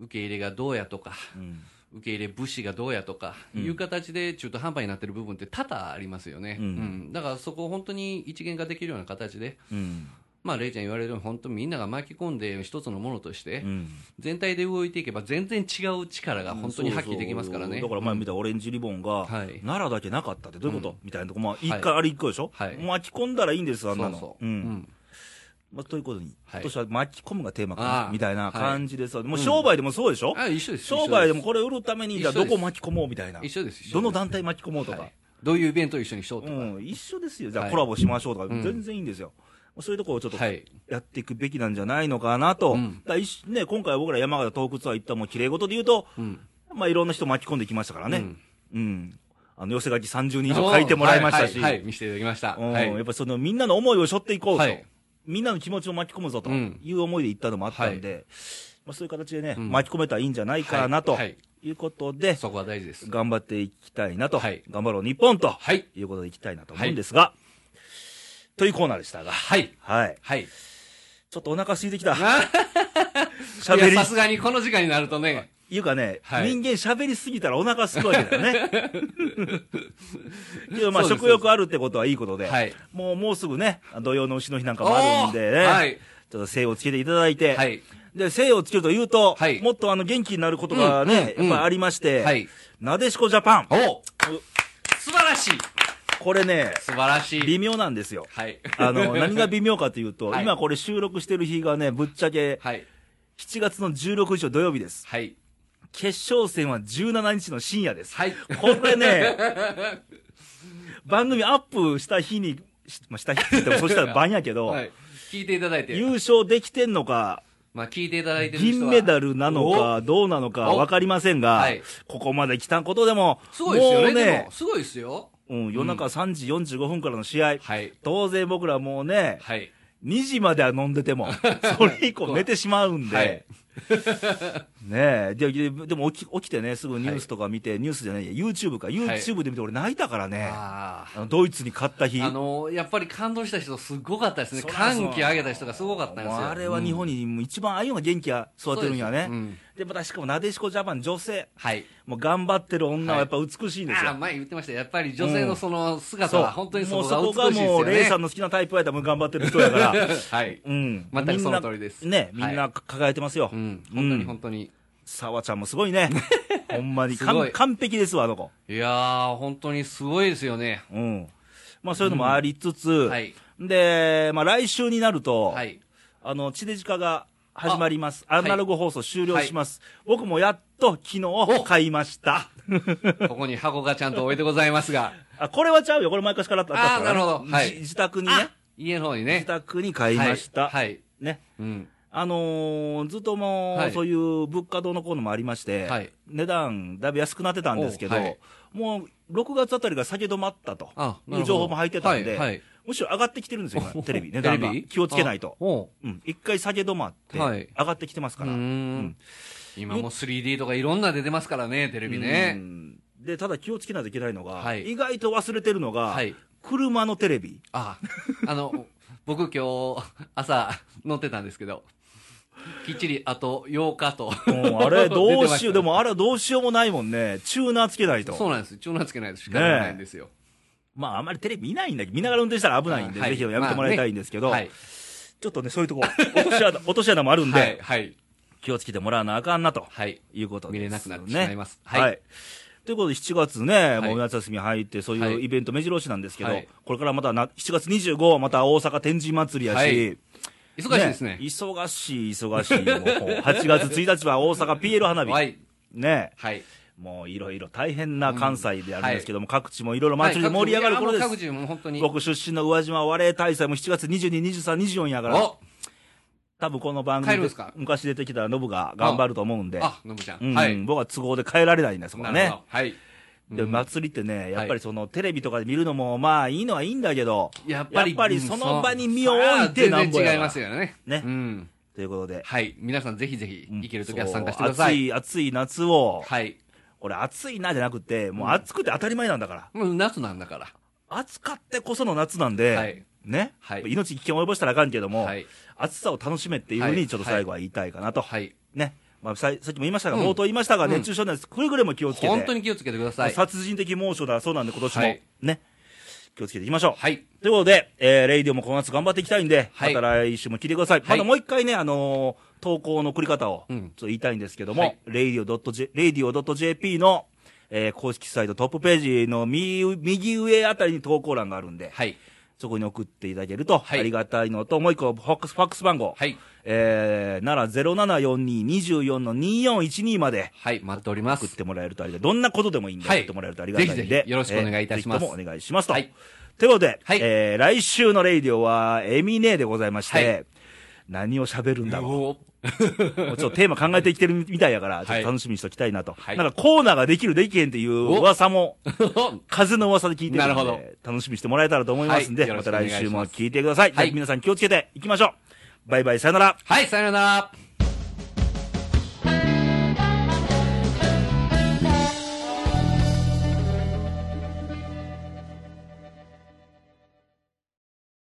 Speaker 2: 受け入れがどうやとか、
Speaker 1: うん
Speaker 2: 受け入れ物資がどうやとか
Speaker 1: うん
Speaker 2: いう形で中途半端になってる部分って多々ありますよね、
Speaker 1: うん
Speaker 2: うんだからそこを本当に一元化できるような形で、
Speaker 1: うん
Speaker 2: まあ、レイちゃん言われるように本当みんなが巻き込んで一つのものとして、
Speaker 1: うん
Speaker 2: 全体で動いていけば全然違う力が本当に発揮できますから
Speaker 1: そ
Speaker 2: ね、
Speaker 1: うそうだから前見たオレンジリボンが、
Speaker 2: はい
Speaker 1: 奈良だけなかったってどういうこと、みたいなとこ、まあ、一
Speaker 2: はい
Speaker 1: 回、あれ一個でしょ、
Speaker 2: はい
Speaker 1: 巻き込んだらいいんですよ、あんなの。
Speaker 2: そうそう、
Speaker 1: う
Speaker 2: うんん
Speaker 1: まあ、ということに、
Speaker 2: は
Speaker 1: 今
Speaker 2: い
Speaker 1: 年は巻き込むがテーマか
Speaker 2: あ
Speaker 1: な
Speaker 2: ー
Speaker 1: みたいな感じでさ、もう商売でもそうでしょ、
Speaker 2: あ一緒です
Speaker 1: 商売で
Speaker 2: も
Speaker 1: もこれ売るために、
Speaker 2: 一
Speaker 1: じゃ
Speaker 2: 緒
Speaker 1: あ
Speaker 2: です
Speaker 1: どこ巻き込もうみたいな、
Speaker 2: 一緒です一緒です
Speaker 1: どの団体巻き込もうとか、
Speaker 2: はい、どういうイベントを一緒にしようと
Speaker 1: う
Speaker 2: か、
Speaker 1: ん、一緒ですよ、じゃ
Speaker 2: は
Speaker 1: あ
Speaker 2: い
Speaker 1: コラボしましょうとか、
Speaker 2: うん
Speaker 1: 全然いいんですよ。そういうところをちょっと
Speaker 2: はい
Speaker 1: やっていくべきなんじゃないのかなと、
Speaker 2: うん
Speaker 1: だから一緒ね、今回僕ら山形洞窟は行ったもう綺麗事で言うと、
Speaker 2: うん
Speaker 1: まあ、いろんな人巻き込んできましたからね、
Speaker 2: う
Speaker 1: うんんあの寄せ書き30人以上書いてもらいましたし、
Speaker 2: はいはいはい見せていただきました、
Speaker 1: うん
Speaker 2: はい
Speaker 1: やっぱりそのみんなの思いを背負っていこうと、
Speaker 2: はい
Speaker 1: みんなの気持ちを巻き込むぞと
Speaker 2: うん
Speaker 1: いう思いで行ったのもあったんで、まあ、そういう形でね、
Speaker 2: うん
Speaker 1: 巻き込めたらいいんじゃないかなと
Speaker 2: はいはい
Speaker 1: いうことで、
Speaker 2: そこは大事です。
Speaker 1: 頑張っていきたいなと、
Speaker 2: はい
Speaker 1: 頑張ろう日本と、
Speaker 2: はい。
Speaker 1: いうことでいきたいなと思うんですが、というコーナーでしたが、
Speaker 2: はい。
Speaker 1: はい。
Speaker 2: はい。
Speaker 1: ちょっとお腹空いてきた。
Speaker 2: あい
Speaker 1: 喋
Speaker 2: や
Speaker 1: り
Speaker 2: さ、すがにこの時間になるとね、
Speaker 1: いうかね、
Speaker 2: はい
Speaker 1: 人間喋りすぎたらお腹すくわけだよ ね。けどまあ
Speaker 2: そうです
Speaker 1: 食欲あるってことはいいことで、
Speaker 2: はい。
Speaker 1: もうもうすぐね、土曜の牛の日なんかもあるんでね、
Speaker 2: おーはい。
Speaker 1: ちょっと精をつけていただいて、
Speaker 2: はい。
Speaker 1: で、精をつけると言うと、
Speaker 2: はい
Speaker 1: もっとあの元気になることがね、
Speaker 2: うんうん
Speaker 1: やっぱりありまして、
Speaker 2: はい。
Speaker 1: なでしこジャパン。
Speaker 2: お素晴らしい
Speaker 1: これね、
Speaker 2: 素晴らしい。
Speaker 1: 微妙なんですよ。
Speaker 2: はい。
Speaker 1: あ の、何が微妙かというと、
Speaker 2: はい
Speaker 1: 今これ収録してる日がね、ぶっちゃけ
Speaker 2: はい。
Speaker 1: 7月の16日の土曜日です。
Speaker 2: はい。
Speaker 1: 決勝戦は17日の深夜です。
Speaker 2: はい。
Speaker 1: これ ね、番組アップした日に、しまあ、した日って言 っても、そしたら晩やけど、
Speaker 2: はい。聞いていただいて。
Speaker 1: 優勝できてんのか、
Speaker 2: まあ、聞いていただいてる人
Speaker 1: 銀
Speaker 2: は。
Speaker 1: メダルなのか、どうなのか
Speaker 2: お
Speaker 1: 分かりませんが、
Speaker 2: はい
Speaker 1: ここまで来たことでも、
Speaker 2: お。すごいですよ
Speaker 1: も
Speaker 2: ね。
Speaker 1: う
Speaker 2: でも、すごいですよ。
Speaker 1: うん、夜中3時45分からの試合、
Speaker 2: はい。
Speaker 1: 当然僕らもうね、
Speaker 2: はい。
Speaker 1: 2時までは飲んでて も、それ以降寝てしまうん で、
Speaker 2: はい
Speaker 1: ねえでででも起き起きてね、すぐニュースとか見て、ニュースじゃないや、YouTube か、YouTube で見て、俺、泣いたからね、
Speaker 2: あ
Speaker 1: あのドイツに勝った日、
Speaker 2: あ。あのやっぱり感動した人すごかったですね。
Speaker 1: そらそう
Speaker 2: 歓喜上げた人がすごかったんです
Speaker 1: もう
Speaker 2: よ。
Speaker 1: あれは日本
Speaker 2: に
Speaker 1: にもう一番ああいうのが元気や育てるんやね、
Speaker 2: う
Speaker 1: で
Speaker 2: ん。
Speaker 1: またしかもなでしこジャパン、女性、
Speaker 2: はい。
Speaker 1: もう頑張ってる女はやっぱ美しいんですよ。
Speaker 2: ああ、前言ってました。やっぱり女性のその姿は本当にそこが
Speaker 1: も
Speaker 2: 美
Speaker 1: うそこが
Speaker 2: しいです
Speaker 1: も
Speaker 2: よ
Speaker 1: う、レイさ
Speaker 2: ね
Speaker 1: ん。の好きなタイプやったらもう頑張ってる人やから、
Speaker 2: はい。
Speaker 1: うん、
Speaker 2: 全くその通りです
Speaker 1: みんなね、み
Speaker 2: はい
Speaker 1: んな輝いてますよ
Speaker 2: う、ん。本当
Speaker 1: う
Speaker 2: に
Speaker 1: ん
Speaker 2: 本当に。
Speaker 1: さ、わ、ちゃんもすごい ね、ほんまに、
Speaker 2: すご
Speaker 1: 完
Speaker 2: い
Speaker 1: 完璧ですわ、あの子、
Speaker 2: いやー、本当にすごいですよね。
Speaker 1: うんまあ、そういうのもありつつ、
Speaker 2: はい。
Speaker 1: でまあ、来週になると、
Speaker 2: はい。
Speaker 1: あの地デジ化が始まります、ア
Speaker 2: い
Speaker 1: ナログ放送終了します、僕もやっと昨日買いました、
Speaker 2: ここに箱がちゃんと置いてございます が。
Speaker 1: あこれはちゃうよ、これ、毎回からあったから、
Speaker 2: あーなるほどはい
Speaker 1: じ自宅にね
Speaker 2: あ、家の方に
Speaker 1: 自
Speaker 2: ね。
Speaker 1: 宅に買いました。
Speaker 2: はい。はい
Speaker 1: ね
Speaker 2: うん。
Speaker 1: あのーずっともう、
Speaker 2: はい
Speaker 1: そういう物価堂のコーナーもありまして、
Speaker 2: はい
Speaker 1: 値段、だいぶ安くなってたんですけど、
Speaker 2: おはい
Speaker 1: もう6月あたりが下げ止まったと
Speaker 2: あ、ないる
Speaker 1: う
Speaker 2: ほど
Speaker 1: 情報も入ってたんで、
Speaker 2: はい。はい
Speaker 1: むしろ上がってきてるんですよ、今、テレビ、値段が
Speaker 2: テレ。ビ
Speaker 1: 気をつけないと。
Speaker 2: あお
Speaker 1: うん、一回下げ止まって、
Speaker 2: はい
Speaker 1: 上がってきてます
Speaker 2: う
Speaker 1: から。
Speaker 2: うーん。今もう 3D とかいろんな出てますからね、テレビ
Speaker 1: う
Speaker 2: ね。
Speaker 1: んで、ただ気をつけないといけないのが、
Speaker 2: はい
Speaker 1: 意外と忘れてるのが、
Speaker 2: はい。
Speaker 1: 車のテレ ビ。
Speaker 2: あ、あの、僕今日、朝、乗ってたんですけど、きっちりあと8日と。
Speaker 1: もうあれ、どうしよう、
Speaker 2: 出てました
Speaker 1: でもあれはどうしようもないもんね。チューナーつけないと。
Speaker 2: そうなんです。チューナーつけないと仕方がないんですよ。
Speaker 1: まあ、あんまりテレビ見ないんだけど、見ながら運転したら危ないんで、
Speaker 2: はい
Speaker 1: ぜひやめてもらいたいんですけど、
Speaker 2: はい。
Speaker 1: ちょっとね、そういうとこ、落とし 穴、落とし穴もあるんで、
Speaker 2: はい。はい。
Speaker 1: 気をつけてもらわなあかんな、と
Speaker 2: はい。
Speaker 1: いうことです、ね。
Speaker 2: 見れなくなってしまいます
Speaker 1: はい。
Speaker 2: はい
Speaker 1: ということで、7月ね、
Speaker 2: い
Speaker 1: もう夏休み入って、そう
Speaker 2: はいいう
Speaker 1: イベント目白押しなんですけど、
Speaker 2: はい
Speaker 1: これからまたな、7月25はまた大阪天神祭りやし、
Speaker 2: はい忙しいですね。
Speaker 1: 忙しい、忙しい。もう8月1日は大阪 PL 花火。
Speaker 2: はい。
Speaker 1: ね
Speaker 2: はい。
Speaker 1: もういろいろ大変な関西であるんですけども、各地もいろいろ
Speaker 2: はい
Speaker 1: 祭りで盛り上がる頃です。
Speaker 2: 各地も本当に。
Speaker 1: 僕出身の宇和島和礼大祭も7月22、23、24やから、
Speaker 2: お
Speaker 1: 多分この番
Speaker 2: 帰
Speaker 1: 組
Speaker 2: るん
Speaker 1: です
Speaker 2: か
Speaker 1: 昔出てきたノブが頑張ると思うんで、
Speaker 2: あ、のぶちゃ
Speaker 1: うん
Speaker 2: ん。はい。
Speaker 1: 僕は都合で帰られないんですもん
Speaker 2: なる
Speaker 1: ね
Speaker 2: ほ。ど。はい。
Speaker 1: で
Speaker 2: うん
Speaker 1: 祭りってね、やっぱりそのテレビとかで見るのも、まあいいのはいいんだけど、
Speaker 2: やっ
Speaker 1: や
Speaker 2: ぱ
Speaker 1: っ
Speaker 2: り、
Speaker 1: ぱりその場に身を置いてなんぼや
Speaker 2: 全然
Speaker 1: か
Speaker 2: 違い
Speaker 1: ら
Speaker 2: ますよね。
Speaker 1: ね
Speaker 2: うん。
Speaker 1: ということで、
Speaker 2: はい。皆さんぜひぜひ、行けるときは
Speaker 1: そう
Speaker 2: 参加してください。
Speaker 1: 暑い、暑い夏を、
Speaker 2: はい。
Speaker 1: 俺、暑いなじゃなくて、もう暑くて当たり前なんだから、
Speaker 2: もう夏なんだから。
Speaker 1: 暑かってこその夏なんで、
Speaker 2: はい
Speaker 1: ね、
Speaker 2: はい
Speaker 1: 命に危険を及ぼしたらあかんけども、
Speaker 2: はい。
Speaker 1: 暑さを楽しめっていうふう
Speaker 2: は
Speaker 1: に、
Speaker 2: い
Speaker 1: ちょっと最後は言いたいかなと、
Speaker 2: はい。
Speaker 1: ねまあ、さいさっきも言いましたが、
Speaker 2: うん
Speaker 1: 冒頭言いましたが、
Speaker 2: うん
Speaker 1: 熱中症にはくれぐれも気をつけて、
Speaker 2: 本当に気をつけてください。
Speaker 1: 殺人的猛暑だそうなんで、今年も、
Speaker 2: はい
Speaker 1: ね、気をつけていきましょう。
Speaker 2: はい。
Speaker 1: ということで、えーレイディオもこの夏頑張っていきたいんで、
Speaker 2: はい
Speaker 1: また来週も聞いてください。
Speaker 2: はい
Speaker 1: またもう一回ね、あのー投稿の送り方を、ち
Speaker 2: う
Speaker 1: ょ
Speaker 2: ん
Speaker 1: っと言いたいんですけども、
Speaker 2: はい
Speaker 1: radio.j- radio.jp の、えー公式サイトトップページの右右上あたりに投稿欄があるんで、
Speaker 2: はい。
Speaker 1: そこに送っていただけるとあ
Speaker 2: はい
Speaker 1: りがたいのと、もう一個、ファックスファックス番号、
Speaker 2: はい。
Speaker 1: えー、なら0742-24の2412まで
Speaker 2: はい。待っておりま
Speaker 1: 送っ
Speaker 2: す。
Speaker 1: てもらえるとありがたい。どんなことでもいいんで、
Speaker 2: はい
Speaker 1: 送ってもらえるとありがたいんで。
Speaker 2: ぜひぜひよろしくお願いいたします
Speaker 1: えーぜひともお願いしますと。
Speaker 2: はい
Speaker 1: ということで、
Speaker 2: はい
Speaker 1: えー来週のレイディオはエミネーでございまして、
Speaker 2: はい
Speaker 1: 何を喋るんだろう。
Speaker 2: おー
Speaker 1: もうちょっとテーマ考えてきてるみたいやから、ちょっと楽しみにしときたいなと。
Speaker 2: はい
Speaker 1: なんかコーナーができるできへんっていう噂も、風の噂で聞いてる
Speaker 2: なる
Speaker 1: の
Speaker 2: ほど
Speaker 1: で、楽しみにしてもらえたらと思いますんで、
Speaker 2: はいよ
Speaker 1: ま
Speaker 2: ろ
Speaker 1: た
Speaker 2: しく
Speaker 1: 来
Speaker 2: お願いします
Speaker 1: 週も聞いてください。
Speaker 2: はい
Speaker 1: じゃあ皆さん気をつけていきましょう。バイバイ、さよなら。
Speaker 2: はい。さよなら。